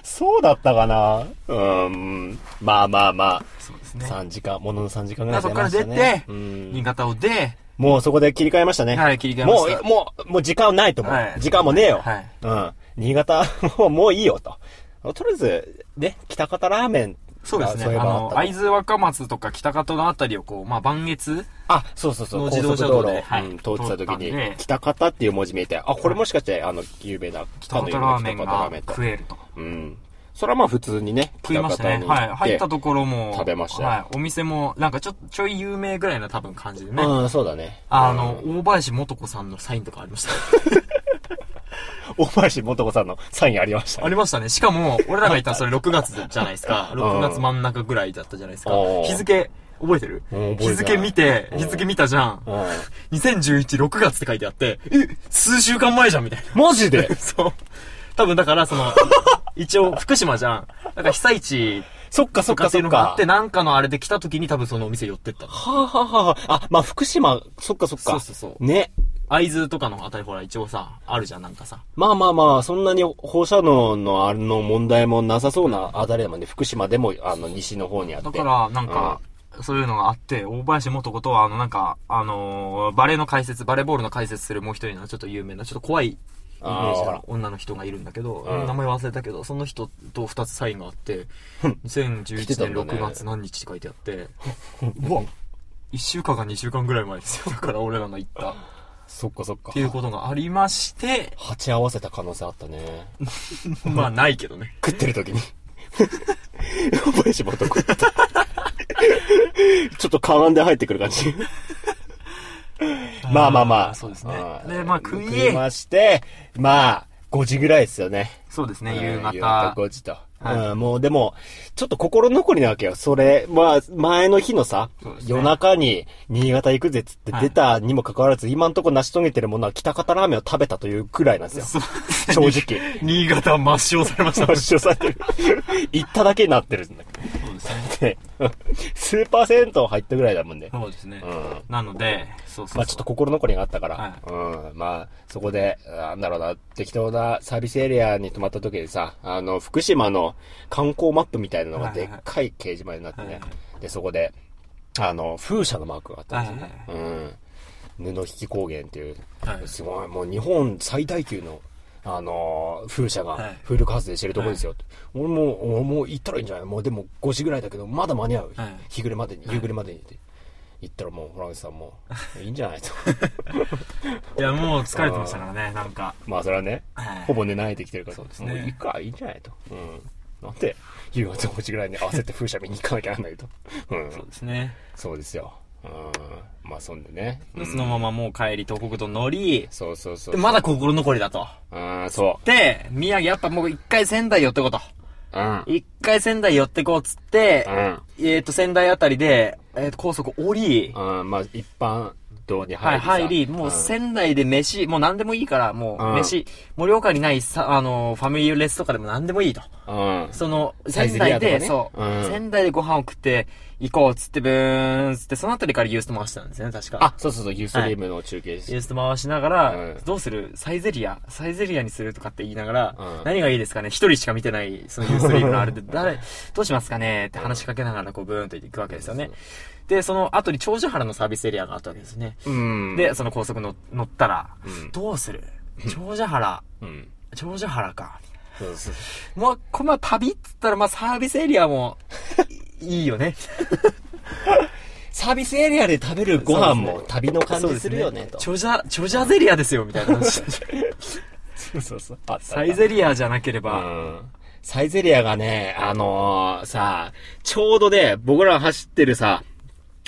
Speaker 1: そうだったかなうーん。まあまあま
Speaker 2: そうです
Speaker 1: あ。
Speaker 2: ね。
Speaker 1: 3時間、ものの3時間ぐらい
Speaker 2: そ
Speaker 1: 出
Speaker 2: こから
Speaker 1: まし
Speaker 2: 出
Speaker 1: た
Speaker 2: て、
Speaker 1: ね。
Speaker 2: 新潟を出、
Speaker 1: うんもうそこで切り替えましたね。
Speaker 2: はい切り替えました
Speaker 1: もう、もう、もう時間ないと思う。
Speaker 2: はい
Speaker 1: 時間もねえよ。
Speaker 2: はい
Speaker 1: うん。新潟、 もう、もういいよと。とりあえず、ね、北方ラーメン。
Speaker 2: そうですね。
Speaker 1: いえば
Speaker 2: あの、
Speaker 1: ったと
Speaker 2: 会津若松とか北方のあたりをこう、まあ、磐越
Speaker 1: あ、そうそうそう、
Speaker 2: の
Speaker 1: 高
Speaker 2: 自動
Speaker 1: 速
Speaker 2: 車
Speaker 1: 道
Speaker 2: 道
Speaker 1: 路
Speaker 2: ではい
Speaker 1: うん通ってた時
Speaker 2: 通っ
Speaker 1: に
Speaker 2: たんで、
Speaker 1: 北方っていう文字見えて、あ、これもしかして、あの、有名な
Speaker 2: 北
Speaker 1: 北
Speaker 2: 方
Speaker 1: の有名
Speaker 2: ラ
Speaker 1: な
Speaker 2: ーメン
Speaker 1: 北方ラ
Speaker 2: が
Speaker 1: ーメンと。
Speaker 2: 食えると。
Speaker 1: うん。それはまあ普通にね、
Speaker 2: 食い
Speaker 1: 北
Speaker 2: ました
Speaker 1: 方
Speaker 2: ね。
Speaker 1: に行って。
Speaker 2: はい。入ったところも、
Speaker 1: 食べましたよ
Speaker 2: はい。お店も、なんかちょ、ちょい有名ぐらいな多分感じでね。
Speaker 1: うん、そうだ ね。
Speaker 2: あの、大林素子さんのサインとかありました。
Speaker 1: 大林素子さんのサインありました
Speaker 2: あ
Speaker 1: ね。
Speaker 2: りましたね。しかも、俺らがいたのそれ6月じゃないですか。6月真ん中ぐらいだったじゃないですか
Speaker 1: う。ん
Speaker 2: 日付、覚えてる
Speaker 1: うん覚えて
Speaker 2: 日
Speaker 1: ない
Speaker 2: 付見て、
Speaker 1: うん
Speaker 2: 日付見たじゃん。
Speaker 1: う
Speaker 2: 20116月って書いてあって、え、数週間前じゃんみたい
Speaker 1: ん。マジで
Speaker 2: な。 そう。多分だから、その、一応福島じゃん。だから被災地
Speaker 1: そっかそ
Speaker 2: と
Speaker 1: っ
Speaker 2: か
Speaker 1: か
Speaker 2: って
Speaker 1: そ
Speaker 2: いう
Speaker 1: っ
Speaker 2: のがあ
Speaker 1: か。
Speaker 2: って、なんかのあれで来た時に多分そのお店寄ってったの。
Speaker 1: はあ、はあはあ、あ、まあ福島、そっかそっか。
Speaker 2: そうそうそう
Speaker 1: ね。
Speaker 2: 会津とかのあたりほら一応さ、あるじゃん、なんかさ。
Speaker 1: まあまあまあ、そんなに放射能のあの問題もなさそうなあたりだもんね。福島でも、あの、西の方にあって。
Speaker 2: だから、なんか、そういうのがあって、大林素子とは、あの、なんか、あのーバレーの解説、バレーボールの解説するもう一人のちょっと有名な、ちょっと怖いイメージ
Speaker 1: あー
Speaker 2: の女の人がいるんだけど、
Speaker 1: うん
Speaker 2: 名前忘れたけど、その人と二つサインがあっ
Speaker 1: 来
Speaker 2: て、
Speaker 1: てた
Speaker 2: 2011年
Speaker 1: んだね
Speaker 2: 6月何日って書いてあって、うわ一週間か二週間ぐらい前ですよ。だから俺らの行った。っ
Speaker 1: そっかそっか
Speaker 2: て。いうことがありま して、
Speaker 1: 鉢合わせた可能性あったね。
Speaker 2: まあないけどね。
Speaker 1: 食ってる時に。 大林素子って。ちょっとかがんで入ってくる感 じ。まあまあまあ。
Speaker 2: そうですね
Speaker 1: はい。
Speaker 2: で、まあ食い
Speaker 1: 食いまして、まあ、5時ぐらいですよね。
Speaker 2: そうです
Speaker 1: うん
Speaker 2: ね、夕
Speaker 1: 夕
Speaker 2: 方
Speaker 1: 方。5時と。
Speaker 2: はい
Speaker 1: うん、もうでも、ちょっと心残りなわけよ。それ、まあ、前の日のさ、
Speaker 2: そうですね
Speaker 1: 夜中に新潟行くぜっつって
Speaker 2: はい
Speaker 1: 出たにもかかわらず、今んとこ成し遂げてるものは北方ラーメンを食べたというくらいなんです
Speaker 2: そ
Speaker 1: よ。
Speaker 2: う
Speaker 1: 正直。
Speaker 2: 新潟抹消されました。
Speaker 1: 発症されてる。行っただけになってるんだ
Speaker 2: そうですね。
Speaker 1: けどね。 スーパー銭湯入ったぐらいだもんね。
Speaker 2: そうですね。
Speaker 1: うん
Speaker 2: なので、そうそうそう
Speaker 1: まあちょっと心残りがあったから、
Speaker 2: はい
Speaker 1: うん、まあそこで、なんだろうな、適当なサービスエリアに泊まった時にさ、あの、福島の観光マップみたいなのが
Speaker 2: はいは
Speaker 1: で
Speaker 2: い
Speaker 1: っ
Speaker 2: はい
Speaker 1: かい掲示板になってね、
Speaker 2: はいはい
Speaker 1: で、そこで、あの、風車のマークがあったんですよね。
Speaker 2: はい
Speaker 1: うん。布引高原っていう、
Speaker 2: はい
Speaker 1: すごい、もう日本最大級の、あのー風車
Speaker 2: は
Speaker 1: が
Speaker 2: い
Speaker 1: 風力発電してるとこですよ、俺も、俺も行ったらいいんじゃないもうでも5時ぐらいだけど、まだ間に合う。
Speaker 2: はい
Speaker 1: 日暮れまでに、夕暮れまでにって。行ったらもう、ホランさんも、いいんじゃないと。
Speaker 2: いや、もう疲れてましたからね、なんか。
Speaker 1: まあそれはね、
Speaker 2: はい
Speaker 1: ほぼ寝ないできてるから、そう
Speaker 2: ですね
Speaker 1: もう行くか、いいんじゃないと。うん。なんで、夕方5時ぐらいに焦って風車見に行かなきゃなんないと。うん。
Speaker 2: そうですね。
Speaker 1: そうですよ。うんまあそんでね。
Speaker 2: でそのままもう帰り東北道乗り、
Speaker 1: そうそうそう。
Speaker 2: で、まだ心残りだと。
Speaker 1: うん、そ
Speaker 2: で、宮城やっぱもう一回仙台寄ってこうと。
Speaker 1: う。うん。
Speaker 2: 一回仙台寄ってこうっつって、
Speaker 1: うん。
Speaker 2: えっ、と、仙台あたりで、えっ、と、高速降り、
Speaker 1: うん、まあ一般道に入
Speaker 2: はい、
Speaker 1: りさ。
Speaker 2: 入り、もう仙台で飯、もう何でもいいから、も
Speaker 1: う
Speaker 2: う、
Speaker 1: ん
Speaker 2: 飯、盛岡にないさ、あの、ファミリーレスとかでも何でもいいと。
Speaker 1: うん。うん。
Speaker 2: その、
Speaker 1: サイゼ
Speaker 2: 仙
Speaker 1: リヤ
Speaker 2: 台
Speaker 1: とかね
Speaker 2: で、そう、
Speaker 1: うん
Speaker 2: 仙台でご飯を食って、行こうっつって、ブーンっつって、そのあたりからユースト回してたんですね、確か。
Speaker 1: あ、そうそうそう、ユーストリームの中継
Speaker 2: ユ
Speaker 1: 室。
Speaker 2: ースト回しながら、
Speaker 1: うん
Speaker 2: どうするサイゼリアサイゼリアにするとかって言いながら、
Speaker 1: うん
Speaker 2: 何がいいですかね一人しか見てない、そのユーストリームのあれ で、誰、どうしますかねって話しかけながら、こう、ブーンと行くわけですよね。で、その後に長寿原のサービスエリアがあったわけですね。
Speaker 1: うん。
Speaker 2: で、その高速の乗ったら、
Speaker 1: うん
Speaker 2: どうする長者原、
Speaker 1: うん。
Speaker 2: 長者原か。
Speaker 1: そうそう。
Speaker 2: まあ、こまあ、旅っつったら、まあ、サービスエリアも、いいよね。
Speaker 1: サービスエリアで食べるご飯
Speaker 2: そう
Speaker 1: も
Speaker 2: ですね
Speaker 1: 旅の感じす るよね、と。
Speaker 2: 長者、長者ゼリアですよ、みたいな 話。
Speaker 1: そうそうそう。あった
Speaker 2: サイゼリアじゃなけれ
Speaker 1: う
Speaker 2: ば、
Speaker 1: ん。サイゼリアがね、あのーさ、ちょうどね、僕らが走ってるさ、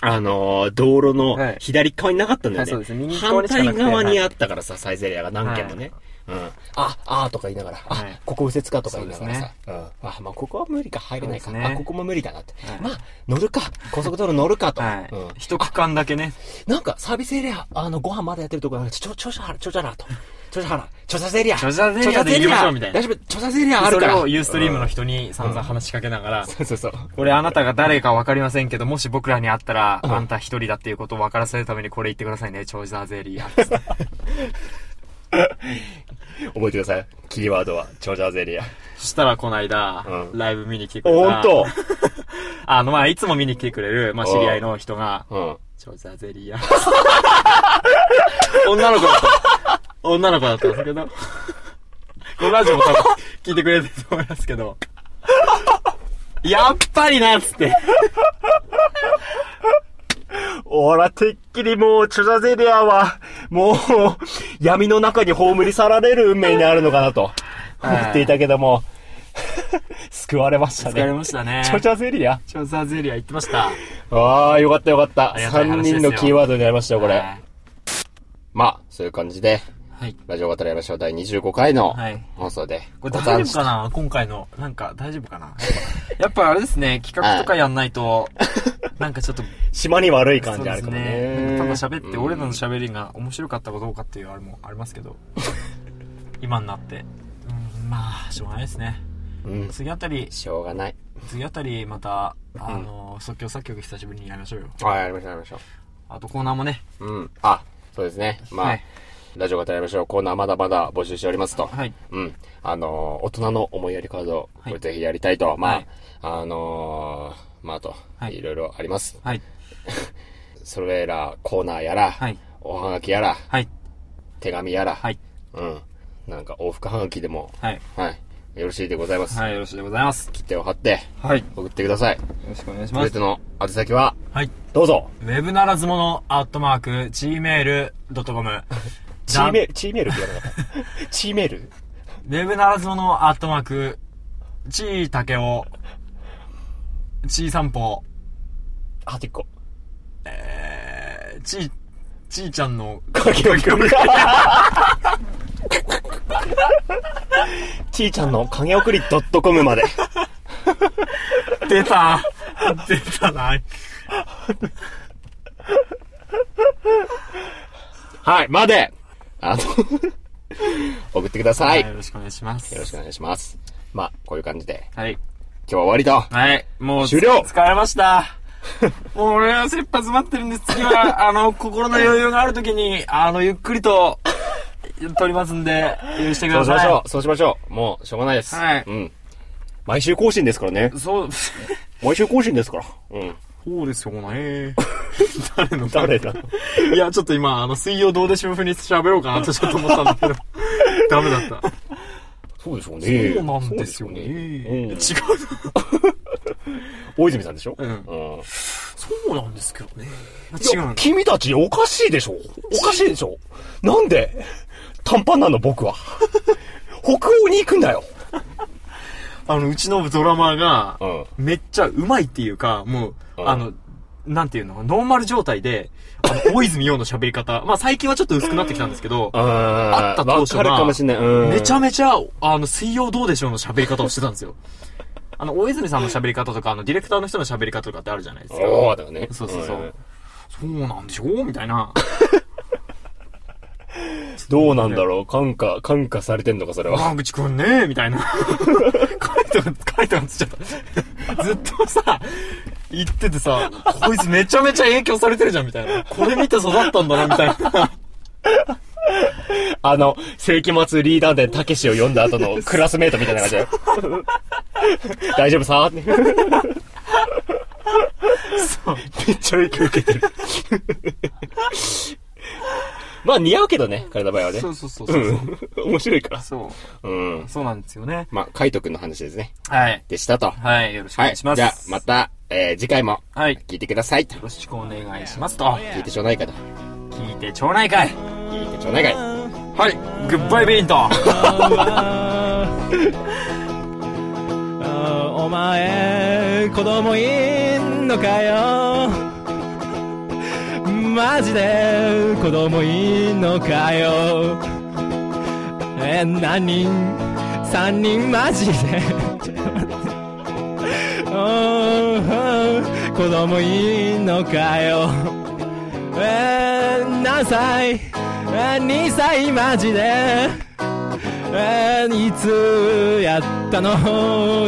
Speaker 1: あのー道路
Speaker 2: は
Speaker 1: の
Speaker 2: い
Speaker 1: 左側になかったんだよね。
Speaker 2: はいそうです右側
Speaker 1: 反
Speaker 2: にしかなくて
Speaker 1: 対側にあったからさ、サイゼリアが何軒もね。うん。あ、あーとか言いながら、あ、
Speaker 2: はい
Speaker 1: ここ右折かとか言いながらさ、
Speaker 2: そう
Speaker 1: うん。あ、まあ、ここは無理か、入れないか、
Speaker 2: そうですね
Speaker 1: あ、ここも無理だなって。
Speaker 2: はい
Speaker 1: まあ、乗るか、高速道路乗るかと。
Speaker 2: はい
Speaker 1: うん。。
Speaker 2: 一区間だけね。
Speaker 1: なんか、サービスエリア、あの、ご飯まだやってるとこなんか、ちょ、ちょしゃはら、ちょしゃはらと。ちょしゃはら、ちょしゃゼリア。
Speaker 2: ちょしゃゼリアで行きましょうみたいな
Speaker 1: 大丈夫、ちょしゃゼリア ある
Speaker 2: そ
Speaker 1: か
Speaker 2: れ
Speaker 1: ら。
Speaker 2: をユーストリームの人に散々話しかけながら、
Speaker 1: そうそうそう。
Speaker 2: これあなたが誰かわかりませんけど、もし僕らに会ったら、
Speaker 1: うん
Speaker 2: あんた一人だっていうことを分からせるためにこれ言ってくださいね、長者ゼリア。
Speaker 1: 覚えてください。キーワードは、ちょしゃゼリア。
Speaker 2: そしたらこの間、
Speaker 1: うん
Speaker 2: ライブ見に来てくれ
Speaker 3: お
Speaker 2: た。
Speaker 3: んと
Speaker 2: あの、まあ、いつも見に来てくれる、まあ、知り合いの人が、
Speaker 1: うん。
Speaker 2: ちょ、ザゼ リア。女の子だった。女の子だったんですけど。このラジオも多分聞いてくれてると思いますけど。やっぱりなっつって。
Speaker 3: おら、てっきりもう、チョジャゼリアは、もう、闇の中に葬り去られる運命にあるのかなと、思
Speaker 2: はい
Speaker 3: っていたけども、 救われました
Speaker 2: 疲れ
Speaker 3: ね。
Speaker 2: ましたね。
Speaker 3: チョジャゼリア
Speaker 2: ちょ、ザゼリア言ってました。
Speaker 3: ああ、よかったよかった。
Speaker 2: りがたい
Speaker 3: 3
Speaker 2: 話ですよ
Speaker 3: 人のキーワードになりましたよ、これ。
Speaker 2: は
Speaker 1: まあ、そういう感じで、
Speaker 2: い。
Speaker 1: ラジオ語り合いましょう第25回の
Speaker 2: はい
Speaker 1: 放送で
Speaker 2: こ
Speaker 1: ご
Speaker 2: れ
Speaker 1: ざ
Speaker 2: 大
Speaker 1: いました。
Speaker 2: 丈夫かな今回の。なんか、大丈夫かなやっぱあれですね、企画とかやんないと、なんかちょっと、
Speaker 3: 島に悪い感
Speaker 2: そう
Speaker 3: じあ
Speaker 2: で
Speaker 3: る
Speaker 2: す
Speaker 3: かも
Speaker 2: ね。
Speaker 3: ね。
Speaker 2: ただ喋って、俺らの喋りが面白かったかどうかっていうあれもありますけど、今になって。うん、まあ、しょうがないですね。
Speaker 1: うん。
Speaker 2: 次あたり、
Speaker 1: しょうがない。
Speaker 2: 次あたりまた、あの、即興作曲久しぶりにやりましょうよ。
Speaker 1: はい、やりましょう、やりましょ
Speaker 2: あとコーナーもね。
Speaker 1: う。うん。あ、そうですね。まあ、
Speaker 2: はい
Speaker 1: ラジオ語り合いましょう。コーナーまだまだ募集しておりますと。
Speaker 2: はい。
Speaker 1: うん。あのー大人の思いやりカード、
Speaker 2: は
Speaker 1: こ
Speaker 2: い
Speaker 1: れぜひやりたいと。まあ、
Speaker 2: はい
Speaker 1: あのーまあ、あと、、
Speaker 2: はいい
Speaker 1: ろいろあります。
Speaker 2: はい。
Speaker 1: それら、コーナーやら、
Speaker 2: はい
Speaker 1: おはがきやら、
Speaker 2: はい。
Speaker 1: 手紙やら、
Speaker 2: はい。
Speaker 1: うん。なんか、往復はがきでも、
Speaker 2: はい。
Speaker 1: はい。よろしいでございます。
Speaker 2: はい。よろしいでございます。
Speaker 1: 切手を貼って、
Speaker 2: はい。よ
Speaker 1: 送ってください。
Speaker 2: ろしくお願いし
Speaker 1: すべ
Speaker 2: ま
Speaker 1: て
Speaker 2: す。
Speaker 1: の宛先は、
Speaker 2: はい。
Speaker 3: どうぞ。
Speaker 2: ウェブならずもの、アットマーク、gmail.com。
Speaker 3: チーメール、チーメールって言わなか った。チーメール
Speaker 2: ウェブならずものアットマーク、ちーたけお、ちーさんぽ、
Speaker 3: あてっこ。
Speaker 2: ちー、ちーちゃんの、
Speaker 3: かきおきお ちーちゃんの影送り .com まで。
Speaker 2: 出た 出たな。
Speaker 1: はい、まで、あの、 送ってください。
Speaker 2: よろしくお願いします。
Speaker 1: よろしくお願いします。まあ、こういう感じで、
Speaker 2: はい。
Speaker 1: 今日は終わりと。
Speaker 2: はい。もう、
Speaker 1: 終了
Speaker 2: 疲れました。 もう俺は切羽詰まってるんです。次は、あの、心の余裕があるときに、あの、ゆっくりと、撮りますんで、許してく
Speaker 1: そう
Speaker 2: だ
Speaker 1: し
Speaker 2: さい。
Speaker 1: ましょう。そうしましょう。もう、しょうがないです。
Speaker 2: はい
Speaker 1: うん。
Speaker 3: 毎週更新ですからね。
Speaker 2: そう。
Speaker 3: 毎週更新ですから。
Speaker 1: うん。
Speaker 2: そうですよね。誰の
Speaker 3: 誰だ
Speaker 2: いや、ちょっと今、あの、水曜どうでしょう風に喋ろうかな とちょっと思ったんだけど、ダメだった。
Speaker 3: そうでしょうね。
Speaker 2: そうなんですよね。違う。
Speaker 3: 大泉さんでしょ
Speaker 2: うん。
Speaker 1: うん。
Speaker 2: そうなんですけどね。
Speaker 3: い
Speaker 2: 違
Speaker 3: や
Speaker 2: う。
Speaker 3: 君たちおかしいでしょおかしいでしょなんで短パンなの僕 は。北欧に行くんだよ。
Speaker 2: あの、うちのドラマーが
Speaker 1: う、ん。
Speaker 2: めっちゃうまいっていうか、もう、
Speaker 1: うん
Speaker 2: あの、なんていうの、ノーマル状態で、あの、大泉洋の喋り方、まあ最近はちょっと薄くなってきたんですけど、
Speaker 1: あ
Speaker 2: あった当初は
Speaker 1: わかるかもしれない。うん。
Speaker 2: めちゃ
Speaker 1: め
Speaker 2: めちゃ、あの、水曜どうでしょうの喋り方をしてた んですよ。あの、大泉さんの喋り方とか、あの、ディレクターの人の喋り方とかってあるじゃないですか。
Speaker 1: そうだよね。
Speaker 2: そうそうそ
Speaker 1: ん
Speaker 2: う。そうなんでしょうみたいな。
Speaker 1: どうなんだろう感化、感化されてんのか、それは。
Speaker 2: 川口くんねみ たいな。カイトが、カイトがつっちゃった。ずっとさ、言っててさ、こいつめちゃめちゃ影響されてるじゃん、みたいな。これ見て育ったんだな、みたいな。
Speaker 1: あの、世紀末リーダーでたけしを読んだ後 のクラスメートみたいな感じだよ大丈夫さって。
Speaker 2: そう。
Speaker 1: めっちゃ影響受けてる。 まあ似合うけどね、彼の場合はね
Speaker 2: そ。うそうそう
Speaker 1: う
Speaker 2: そう。
Speaker 1: ん。面白いから。
Speaker 2: そう。
Speaker 1: うん。
Speaker 2: そうなんですよね。
Speaker 1: まあ、カイトくんの話ですね。
Speaker 2: はい。
Speaker 1: でしたと。
Speaker 2: はい、よろしくお
Speaker 1: は
Speaker 2: 願
Speaker 1: い。
Speaker 2: いします。
Speaker 1: じゃあ、また、えー次回も
Speaker 2: はい。よ
Speaker 1: 聞いてくださいと。
Speaker 2: ろしくお願いしますと。
Speaker 1: 聞いてちょうだいかと。
Speaker 2: 聞いて町内会。
Speaker 1: 聞いてちょうだいかい。
Speaker 2: はい。グッバイベイント。
Speaker 4: あ お前子供いんのかよマジで子供いんのかよえ何人三人マジで ちょっと待ってうんうん子供いんのかよえ何歳え2歳マジでえーいつやったの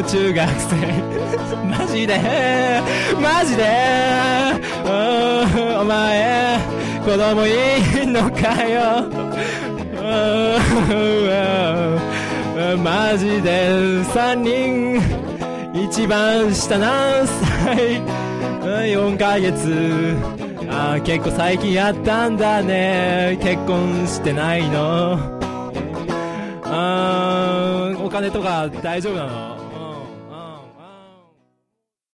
Speaker 4: 中学生 マジでマジでうんお前子供いんのかようんうんマジで3人一番下何歳4ヶ月あー結構最近やったんだね結婚してないのあーお金とか大丈夫なの